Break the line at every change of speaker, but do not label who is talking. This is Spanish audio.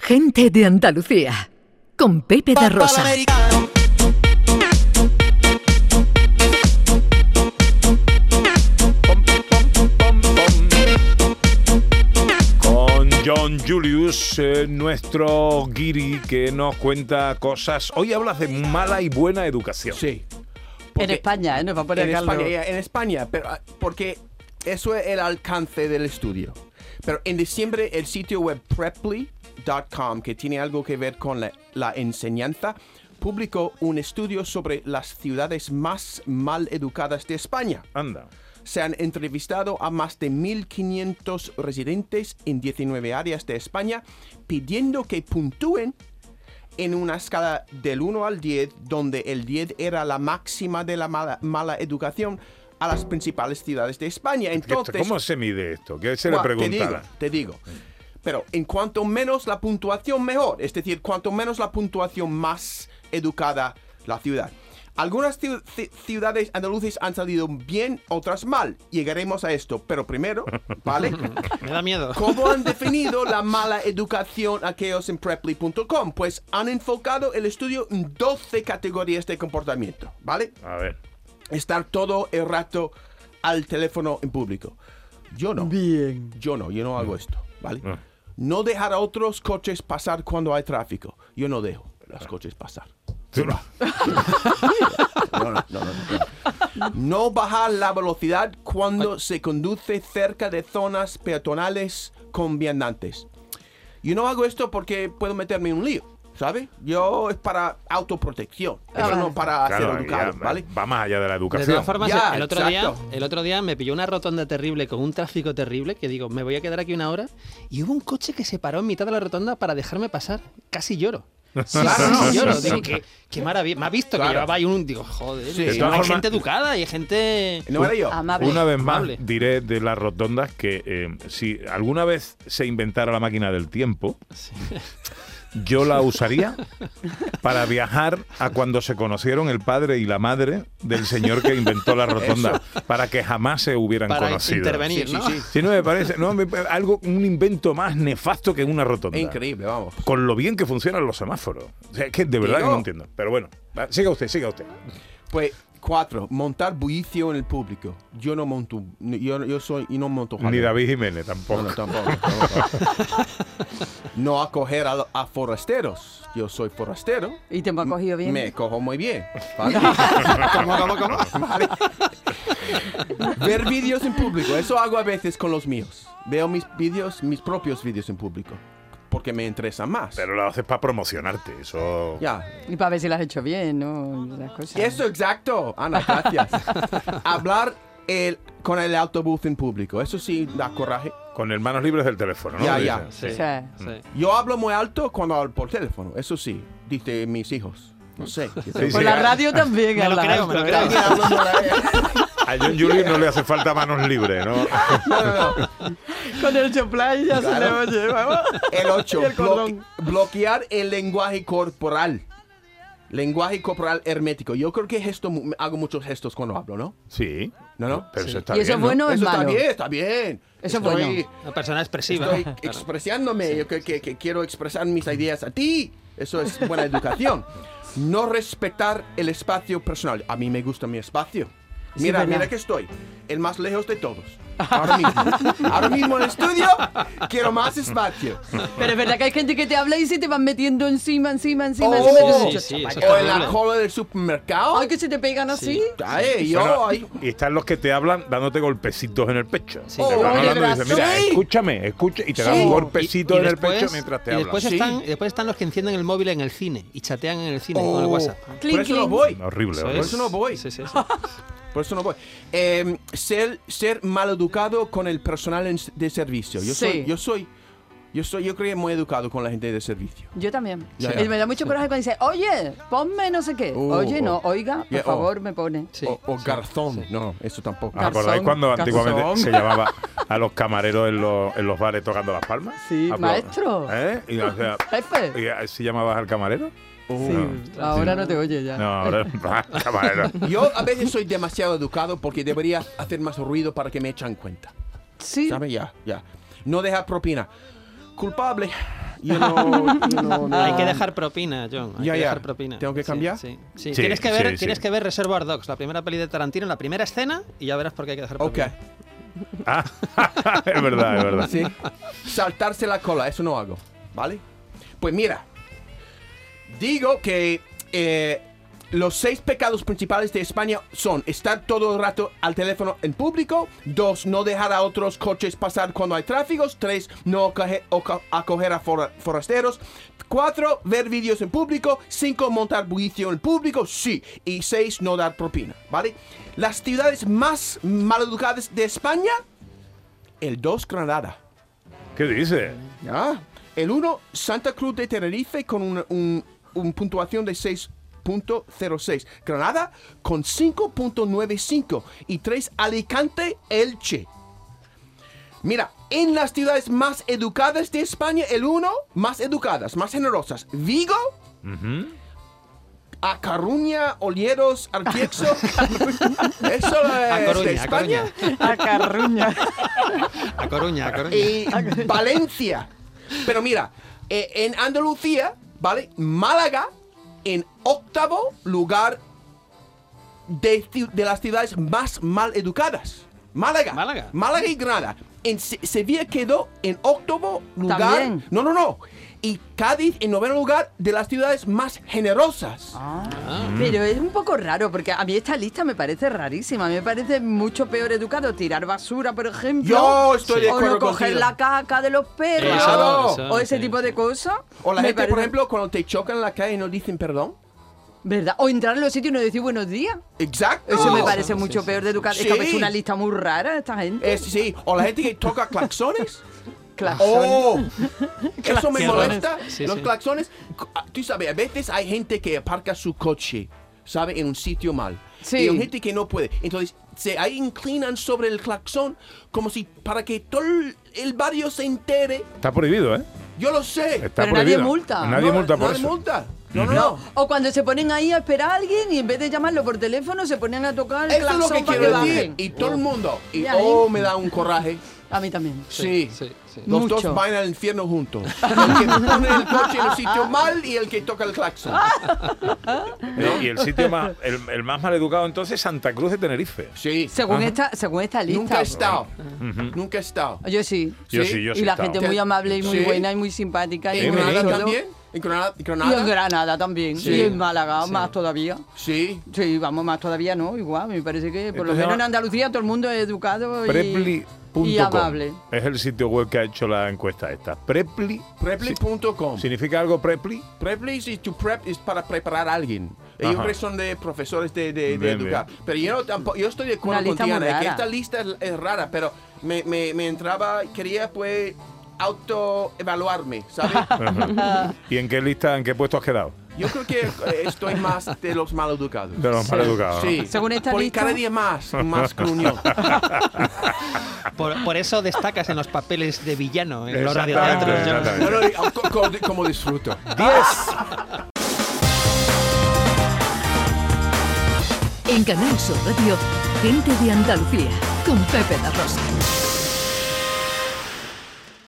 gente de Andalucía, con Pepe da Rosa.
Con John Julius, eh, nuestro guiri que nos cuenta cosas. Hoy hablas de mala y buena educación.
Sí.
En España, ¿eh? Nos va a poner
en
Carlos.
España, en España, pero ah, porque eso es el alcance del estudio. Pero en diciembre el sitio web preply.com, que tiene algo que ver con la, la enseñanza, publicó un estudio sobre las ciudades más mal educadas de España.
Anda.
Se han entrevistado a más de 1.500 residentes en 19 áreas de España pidiendo que puntúen en una escala del 1 al 10, donde el 10 era la máxima de la mala, mala educación a las principales ciudades de España. Entonces,
¿Cómo se mide esto? Que se le
Buah, te digo,
preguntara.
te digo. Pero en cuanto menos la puntuación, mejor. Es decir, cuanto menos la puntuación, más educada la ciudad. Algunas ciu- ci- ciudades andaluces han salido bien, otras mal. Llegaremos a esto, pero primero, ¿vale?
Me da miedo.
¿Cómo han definido la mala educación aquellos en preply.com? Pues han enfocado el estudio en 12 categorías de comportamiento, ¿vale?
A ver.
Estar todo el rato al teléfono en público. Yo no.
Bien.
Yo no, yo no hago esto, ¿vale?
No.
No dejar a otros coches pasar cuando hay tráfico. Yo no dejo a
Ah.
los coches pasar.
Tú no.
No, no, no, no, no. No bajar la velocidad cuando se conduce cerca de zonas peatonales con viandantes. Yo no hago esto porque puedo meterme en un lío, ¿sabes? Yo es para autoprotección,
Ah,
eso
vale.
no para
Claro,
ser educado,
ya,
¿vale?
Va más allá de la
De
educación.
todas formas,
Ya,
el, otro día,
exacto.
el otro día me pilló una rotonda terrible con un tráfico terrible que digo, me voy a quedar aquí una hora. Y hubo un coche que se paró en mitad de la rotonda para dejarme pasar. Casi lloro. Sí,
Claro,
casi
Ah, no,
lloro.
sí,
Digo,
sí.
qué, qué maravilla. Me ha visto
Claro.
que llevaba ahí un. Digo, joder.
Sí.
hay
De todas
formas-
gente educada y hay gente.
No era yo.
Amable.
Una vez más
Amable.
diré de las rotondas que eh, si alguna vez se inventara la máquina del tiempo, yo la usaría para viajar a cuando se conocieron el padre y la madre del señor que inventó la rotonda, para que jamás se hubieran
Para
conocido.
intervenir,
Sí,
¿no?
sí, sí.
Si no me parece, no, me- algo, un invento más nefasto que una rotonda.
Es increíble, vamos.
Con lo bien que funcionan los semáforos. O sea, es que de verdad que
Digo.
no entiendo. Pero bueno, va, siga usted, siga usted.
Pues cuatro, montar bullicio en el público. Yo no monto, yo, yo soy y no monto.
Ni
jaleo.
David Jiménez tampoco.
No, no, tampoco, tampoco. No acoger a, a forasteros. Yo soy forastero.
Y te me ha cogido bien.
Me cojo muy bien. ¿vale? ¿Cómo, cómo, cómo? Vale. Ver vídeos en público. Eso hago a veces con los míos. Veo mis vídeos, mis propios vídeos en público. Porque me interesan más.
Pero lo haces para promocionarte, eso.
ya.
Y para ver si lo has hecho bien, ¿no? Y Las cosas.
Eso exacto, Ana, gracias. Hablar el- con el autobús en público. Eso sí da coraje.
Con hermanos libres del teléfono, ¿no?
Ya,
Dice.
ya.
Sí,
O sea,
sí.
Yo hablo muy alto cuando hablo por teléfono. Eso sí, dice mis hijos. No sé.
Sí,
Por
sí.
la radio también.
Me lo
habla
creo, me lo
alto,
creo.
¿verdad?
A John Julius no le hace falta manos libres, ¿no?
Con el choplay ya
Claro.
se le oye, vamos.
El 8.
Y el cordón.
bloquear el lenguaje corporal. Lenguaje corporal hermético. Yo creo que gesto, mu- hago muchos gestos cuando hablo, ¿no?
Sí.
No, no.
Pero eso está
¿Y
bien,
eso es
¿no?
bueno o es
Eso está
malo?
bien, está bien.
Eso es
Estoy-
bueno.
Una persona expresiva.
Estoy
Claro.
expresándome, yo que, que- que quiero expresar mis ideas a ti. Eso es buena educación. No respetar el espacio personal. A mí me gusta mi espacio.
Sí,
Mira,
verdad.
mira que estoy. El más lejos de todos. Ahora mismo. Ahora mismo en el estudio quiero más espacio.
Pero es verdad que hay gente que te habla y se te van metiendo encima, encima, encima.
Oh,
encima. Yo
sí,
digo,
sí,
"Chaval,
eso
O en la
horrible.
cola del supermercado.
Ay, que se te pegan así.
Ay, yo
Bueno,
ahí.
y están los que te hablan dándote golpecitos en el pecho.
Sí.
Te van
Oh,
hablando
oye,
y dicen,
brazo.
mira,
Sí.
escúchame, escucha. Y te dan
Sí.
un
Y-
golpecito
y
en el
después-
pecho mientras te
y
hablan.
después,
Sí.
están, y después están los que encienden el móvil en el cine y chatean en el cine con el
Oh,
WhatsApp.
Clink,
Por eso no
clink.
voy.
Horrible,
Eso
horrible.
es.
eso no voy.
Sí, sí, sí.
Por eso no voy. Eh, ser, ser maleducado con el personal en- de servicio. Yo
Sí.
soy, yo soy, yo soy, yo creo que muy educado con la gente de servicio.
Yo también.
Ya,
Y
ya.
me da mucho coraje cuando dice, oye, ponme no sé qué.
Oh,
oye, no,
oh.
oiga, por
Yeah, oh.
favor, me pone.
Sí,
o, o
sí,
garzón. No, eso tampoco.
¿Os ¿Acordáis
Garzón,
cuando antiguamente
garzón.
se llamaba a los camareros en los, en los bares tocando las palmas?
Sí,
Apla-
maestro.
¿Eh? Y, o sea,
Jefe.
¿y así llamabas al camarero?
Sí, ahora no te oye ya.
No, ahora camarero.
Yo a veces soy demasiado educado porque debería hacer más ruido para que me echan cuenta.
Sí.
¿Sabes? Ya, ya. No dejar propina. Culpable. Yo no, yo no- no-
Hay que dejar propina, John. Hay
Ah. Ya,
que
ya.
dejar propina.
¿Tengo que
Sí,
cambiar?
Sí, sí.
Sí,
tienes que ver,
sí,
tienes
sí.
que ver Reservoir Dogs, la primera peli de Tarantino, la primera escena, y ya verás por qué hay que dejar
Ok,
propina.
Ah, es verdad, es verdad.
sí. Saltarse la cola, eso no hago, ¿vale? Pues mira, digo que eh, los seis pecados principales de España son estar todo el rato al teléfono en público, dos, no dejar a otros coches pasar cuando hay tráficos, tres, no acoge- oca- acoger a fora- forasteros, cuatro, ver vídeos en público, cinco, montar bullicio en público, sí, y seis, no dar propina, ¿vale? Las ciudades más maleducadas de España, el 2, Granada.
¿Qué dices?
Ah, el 1, Santa Cruz de Tenerife con una un, un puntuación de 6.06. Granada con 5.95. Y 3, Alicante, Elche. Mira, en las ciudades más educadas de España, el 1, más educadas, más generosas. Vigo. A Coruña, Olieros, Artiexo. Eso es de
Coruña, a
España.
A Carruña.
A Coruña, a Coruña.
Y Valencia. Pero mira, eh, en Andalucía, ¿vale? Málaga en octavo lugar de, ci- de las ciudades más mal educadas. Málaga.
Málaga.
y Granada. En Se- Sevilla quedó en octavo lugar.
También.
No, no, no. Y Cádiz en noveno lugar de las ciudades más generosas.
Ah.
Mm.
Pero es un poco raro, porque a mí esta lista me parece rarísima. A mí me parece mucho peor educado tirar basura, por ejemplo.
Yo estoy de
O
acuerdo
no coger
contigo.
la caca de los perros.
Claro.
eso,
o ese
sí,
tipo
sí.
de cosas.
O la
Me
gente, por
parece-
ejemplo, cuando te chocan en la calle y no dicen perdón.
¿Verdad? O entrar en los sitios y no decir buenos días.
Exacto.
Eso me
Oh.
parece
Sí,
mucho
sí,
peor de educado.
sí.
Es que me hecho una lista muy rara esta gente.
Eh, sí, o la gente que toca claxones.
Claxon.
¡Oh! Eso me
Claxones.
molesta.
Sí,
Los
sí.
claxones, c- ah, tú sabes, a veces hay gente que aparca su coche, ¿sabe? En un sitio mal.
Sí.
Y hay gente que no puede. Entonces, se ahí inclinan sobre el claxón como si para que todo el- el barrio se entere.
Está prohibido, ¿eh?
Yo lo sé.
Está
Pero nadie
prohibido.
multa.
Nadie
No,
multa
no
por
hay
eso.
multa. No, no, no.
O cuando se ponen ahí a esperar a alguien y en vez de llamarlo por teléfono se ponen a tocar el
Eso es lo
claxon
que
para que
quiero decir.
bajen.
Y todo el mundo. Y
Ya, ¿eh?
oh, me da un coraje.
A mí también.
Sí.
sí, sí.
Los
Mucho.
dos van al infierno juntos. El que pone el coche en un sitio mal y el que toca el claxon.
Y el sitio más, el, el más maleducado entonces, Santa Cruz de Tenerife.
Sí.
Según esta, según esta lista.
Nunca he estado. Nunca he estado.
Yo sí.
Yo
Sí,
sí, yo sí.
y la
estaba.
gente muy amable y muy
Sí.
buena y muy simpática. Y
¿En
me
muy
Granada
todo.
también? ¿En Granada? en
Y en
Granada?
Granada también.
Sí.
Y en Málaga, más todavía.
Sí.
Sí, vamos, más todavía no, igual. Me parece que por lo
Entonces,
menos en
ahora-
Andalucía todo el mundo es educado y,
Prepli.com
y amable.
Es el sitio web que ha hecho la encuesta esta. Prepli.
Preply.com.
¿Significa algo Prepli?
Preply is to prep es para preparar a alguien. Ellos
Ajá.
creo que son de profesores de, de, de
Bien,
educar.
bien.
Pero yo, no tampoco, yo estoy de acuerdo
Una
con
lista
Diana,
muy
es que
rara.
esta lista es, es rara, pero me, me, me entraba, quería pues autoevaluarme, ¿sabes? Ah.
Ajá. ¿Y en qué lista, en qué puesto has quedado?
Yo creo que eh, estoy más de los maleducados.
De los maleducados. ¿no?
Sí.
Según esta
Por
lista-
cada día más, más gruñón.
Por, por eso destacas en los papeles de villano en los
Exactamente,
radioteatros, John.
exactamente.
No, no, y- co- co- como disfruto.
10.
En Canal Sur Radio, gente de Andalucía, con Pepe da Rosa.